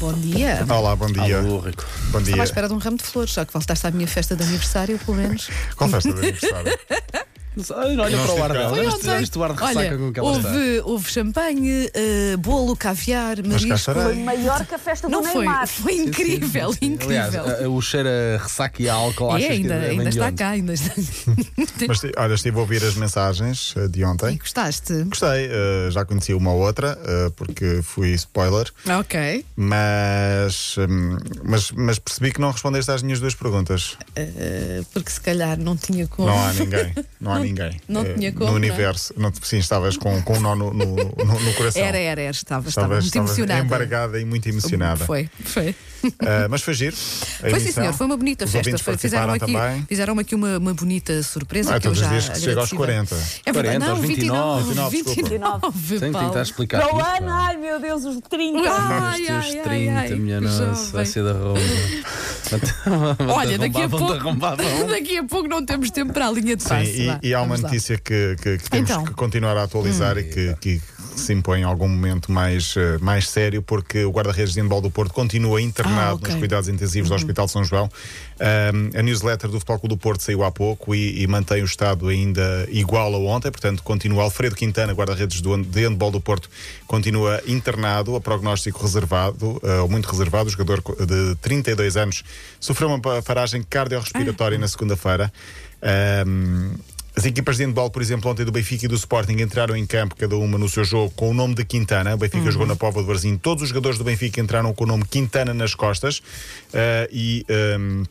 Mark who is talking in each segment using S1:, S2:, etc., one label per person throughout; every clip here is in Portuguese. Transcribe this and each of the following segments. S1: Bom dia.
S2: Olá, bom dia.
S3: Alô, Rico.
S2: Bom
S1: Estava à
S2: dia.
S1: espera de um ramo de flores, já que voltaste à minha festa de aniversário, pelo menos.
S2: Qual festa de aniversário?
S3: Olha, olha
S2: Não
S3: para é
S2: sei
S3: o ar dela.
S2: qual.
S3: Este,
S1: ontem.
S3: este ar de
S1: Olha,
S3: ressaca com que ela está.
S1: houve, houve champanhe, eh, bolo, caviar,
S2: Mas cá
S1: marisco.
S2: estarei.
S4: Maior que a festa do
S1: Não foi?
S4: Neymar.
S1: Foi incrível,
S3: Aliás, eh,
S1: incrível.
S3: a- a- o cheiro a ressaca e a álcool
S1: e
S3: achas
S1: É ainda,
S3: que é vem
S1: ainda
S3: de
S1: está
S3: onde?
S1: cá, ainda está.
S2: Mas ti- olha, estive a ouvir as mensagens eh, de
S1: E
S2: ontem.
S1: gostaste?
S2: Gostei, eh, já conheci uma ou outra, eh, porque fui spoiler,
S1: Ok.
S2: mas, hum, mas, mas percebi que não respondeste às minhas duas perguntas.
S1: Eh, porque se calhar não tinha como.
S2: Não há ninguém. Não há ninguém.
S1: não
S2: eh,
S1: tinha como,
S2: No
S1: não é?
S2: universo. Não, te- sim, estavas com, com um nó no, no, no- no coração.
S1: Era, era, era, estava, estava
S2: Estavas,
S1: muito
S2: estavas
S1: emocionada.
S2: embargada e muito emocionada.
S1: Foi, foi.
S2: Eh, mas foi giro. a
S1: Foi sim,
S2: emissão.
S1: senhor, foi uma bonita
S2: Os
S1: festa.
S2: ouvintes
S1: Foi- fizeram,
S2: participaram
S1: aqui,
S2: também.
S1: fizeram aqui uma, uma bonita surpresa
S2: Não é
S1: que eu
S2: todos
S1: já.
S2: os dias que se chega aos
S1: agradecida.
S2: 40.
S1: É verdade,
S3: 40,
S1: não,
S3: aos
S1: 29,
S2: 29,
S1: 29,
S3: Tem que
S1: Paulo.
S3: tentar explicar. isto, pá.
S4: Joana, ai meu Deus, os 30.
S3: Os
S1: Ai, ai,
S3: teus
S1: ai,
S3: 30,
S1: ai,
S3: minha
S1: jovem.
S3: nossa, vai ser da roupa.
S1: Olha, daqui a pouco.
S3: pouco.
S1: Daqui a pouco não temos tempo para a linha de passe.
S2: Sim,
S1: vá,
S2: e, e há um uma
S1: vamos lá.
S2: notícia que, que- que temos
S1: Então.
S2: que continuar a atualizar e que, que se impõe em algum momento mais, eh, mais sério, porque o guarda-redes de handball do Porto continua internado
S1: Ah, ok.
S2: nos cuidados intensivos do Hospital São João. Ahm, a newsletter do Futebol Clube do Porto saiu há pouco e, e mantém o estado ainda igual a ontem, portanto continua Alfredo Quintana, guarda-redes do hand- de handball do Porto, continua internado a prognóstico reservado, eh, ou muito reservado, o jogador co- de 32 anos sofreu uma pa- paragem cardiorrespiratória
S1: Ah,
S2: na segunda-feira. Ahm, as equipas de handball, por exemplo, ontem do Benfica e do Sporting entraram em campo, cada uma no seu jogo, com o nome de Quintana. O Benfica jogou na Póvoa do Varzim. Todos os jogadores do Benfica entraram com o nome Quintana nas costas. Ah, e. ahm,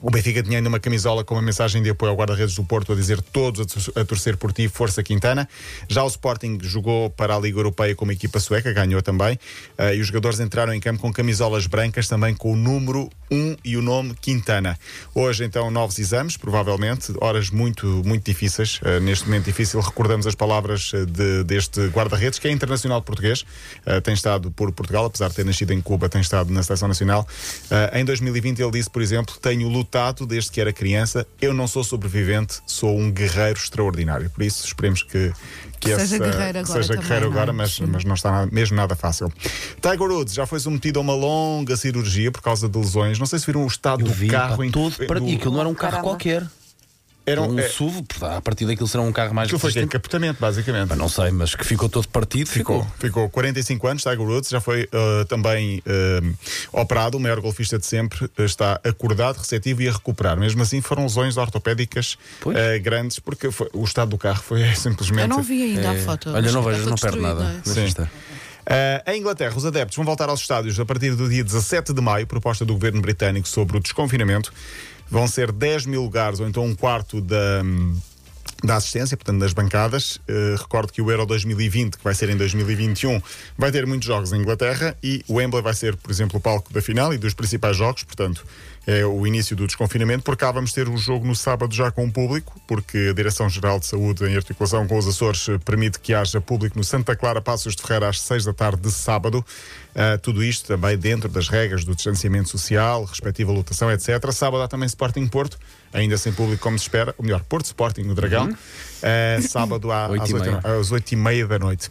S2: o Benfica tinha ainda uma camisola com uma mensagem de apoio ao guarda-redes do Porto a dizer todos a tor- a torcer por ti, força Quintana. Já o Sporting jogou para a Liga Europeia com uma equipa sueca, ganhou também. ah, e os jogadores entraram em campo com camisolas brancas, também com o número 1 e o nome Quintana. Hoje, então, novos exames, provavelmente, horas muito, muito difíceis. eh, neste momento difícil, recordamos as palavras eh, de- deste guarda-redes, que é internacional português, eh, tem estado por Portugal, apesar de ter nascido em Cuba, tem estado na seleção nacional. Eh, em 2020, ele disse, por exemplo, tenho lutado desde que era criança, eu não sou sobrevivente, sou um guerreiro extraordinário. Por isso, esperemos que.
S1: Que seja guerreiro
S2: que
S1: agora
S2: seja
S1: também,
S2: guerreiro
S1: não é?
S2: agora, mas, mas não está nada- mesmo nada fácil. Tiger Woods já foi submetido a uma longa cirurgia por causa de lesões. Não sei se viram o estado
S3: Eu
S2: do
S3: vi,
S2: carro
S3: pá,
S2: em
S3: todo
S2: do-
S3: para ti. Aquilo não era um carro
S4: Caramba.
S3: qualquer.
S2: Era
S3: Era
S2: um,
S3: um
S2: é,
S3: SUV, portanto, a partir daquilo será um carro mais
S2: aquilo foi que é
S3: resistente.
S2: encapotamento, basicamente.
S3: Pá, Não sei, mas que ficou todo partido, ficou.
S2: Ficou, ficou 45 anos, Tiger Woods, já foi eh, também eh, operado, o maior golfista de sempre, eh, está acordado, receptivo e a recuperar. Mesmo assim, foram lesões ortopédicas
S3: Pois.
S2: eh, grandes, porque foi- o estado do carro foi simplesmente.
S1: Eu não vi ainda a
S3: É,
S1: foto.
S3: Olha,
S1: Acho
S3: não
S1: que
S3: vejo,
S1: está
S3: não
S1: todo
S3: perde
S1: destruído,
S3: nada.
S1: não é?
S3: Deixa
S2: Sim.
S3: estar.
S2: Eh, em Inglaterra, os adeptos vão voltar aos estádios a partir do dia 17 de maio, proposta do governo britânico sobre o desconfinamento. Vão ser 10 mil lugares, ou então um quarto da. hum, Da assistência, portanto, das bancadas. Eh, recordo que o Euro 2020, que vai ser em 2021, vai ter muitos jogos em Inglaterra e o Wembley vai ser, por exemplo, o palco da final e dos principais jogos, portanto, é o início do desconfinamento. Por cá vamos ter um jogo no sábado já com o público, porque a Direção-Geral de Saúde, em articulação com os Açores, eh, permite que haja público no Santa Clara Passos de Ferreira às 6 da tarde de sábado. Ah, tudo isto também dentro das regras do distanciamento social, respectiva lotação, etc. Sábado há também Sporting Porto, ainda sem público como se espera, ou melhor, Porto Sporting, o Dragão. Ah, sábado à-
S3: Uhum. Oito
S2: às
S3: e
S2: oito da
S3: meia.
S2: no- às 8 e meia da noite.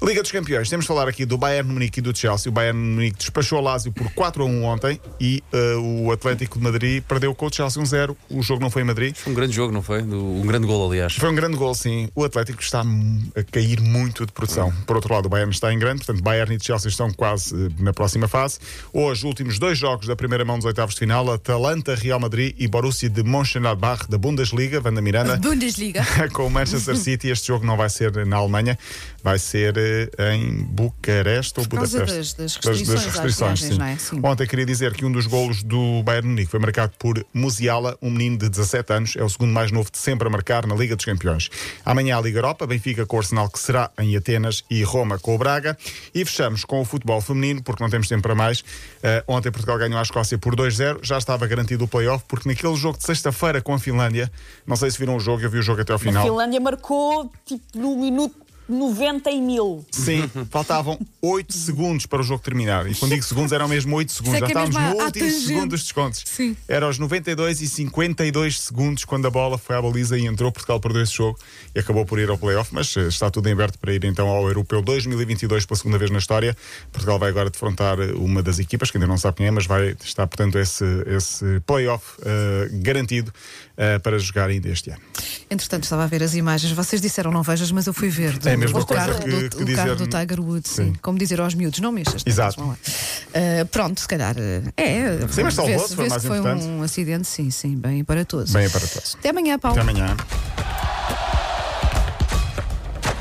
S2: Liga dos Campeões, temos de falar aqui do Bayern de Munique e do Chelsea. O Bayern de Munique despachou o Lazio por 4 a 1 ontem e eh, o Atlético de Madrid perdeu com o Chelsea 1-0. O jogo não foi em Madrid.
S3: Foi um grande jogo, não foi? Do- Um grande gol, aliás.
S2: Foi um grande gol, sim. O Atlético está hum, a cair muito de produção. Por outro lado, o Bayern está em grande, portanto, Bayern e Chelsea estão quase eh, na próxima fase. Hoje, últimos dois jogos da primeira mão dos oitavos de final: Atalanta, Real Madrid e Borussia de Mönchengladbach da Bundesliga. Vanda Miranda
S1: é? Bundesliga.
S2: com o Manchester City. Este jogo não vai ser na Alemanha, vai ser eh, em Bucareste ou
S1: Por causa
S2: Budapeste.
S1: das- das restrições às viagens, não é? Sim.
S2: Ontem queria dizer que um dos golos do Bayern de Munique foi marcado por Musiala, um menino de 17 anos, é o segundo mais novo de sempre a marcar na Liga dos Campeões. Amanhã a Liga Europa, Benfica com o Arsenal, que será em Atenas, e Roma com o Braga. E fechamos com o futebol feminino, porque não temos tempo para mais. Eh, ontem Portugal ganhou a Escócia por 2-0, já estava garantido o play-off, porque naquele jogo de sexta-feira com a Finlândia, não sei se viram o jogo, eu vi o jogo até ao
S4: A
S2: final.
S4: Finlândia marcou tipo no minuto 90 e mil.
S2: Sim, faltavam 8 segundos para o jogo terminar. E quando digo segundos, eram mesmo 8 segundos.
S1: Sei
S2: Já
S1: que é mesmo
S2: estávamos
S1: à-
S2: no
S1: à
S2: último
S1: tangente.
S2: segundo dos descontos.
S1: Sim.
S2: Era aos 92 e 52 segundos quando a bola foi à baliza e entrou. Portugal perdeu esse jogo e acabou por ir ao playoff, mas eh, está tudo em aberto para ir então ao Europeu 2022 pela segunda vez na história. Portugal vai agora defrontar eh, uma das equipas, que ainda não sabe quem é, mas vai estar, portanto, esse, esse playoff eh, garantido eh, para jogar ainda este ano.
S1: Entretanto, estava a ver as imagens. Vocês disseram não vejas, mas eu fui ver. Do,
S2: É a mesma
S1: do
S4: coisa
S1: carro,
S2: que-
S1: do,
S2: que
S1: do
S2: dizer-
S1: carro do Tiger Woods. Sim.
S2: Sim.
S1: Como dizer aos miúdos, não mexas. não
S2: Exato.
S1: mexas, não é? Ah, pronto, se calhar. É.
S2: Sim, mas
S1: vê-se-
S2: salvou-se, foi
S1: vê-se
S2: mais
S1: que foi
S2: importante.
S1: um acidente, sim, sim. Bem para todos.
S2: Bem para todos.
S1: Até amanhã, Paulo.
S2: Até amanhã.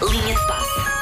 S5: Linha de passe.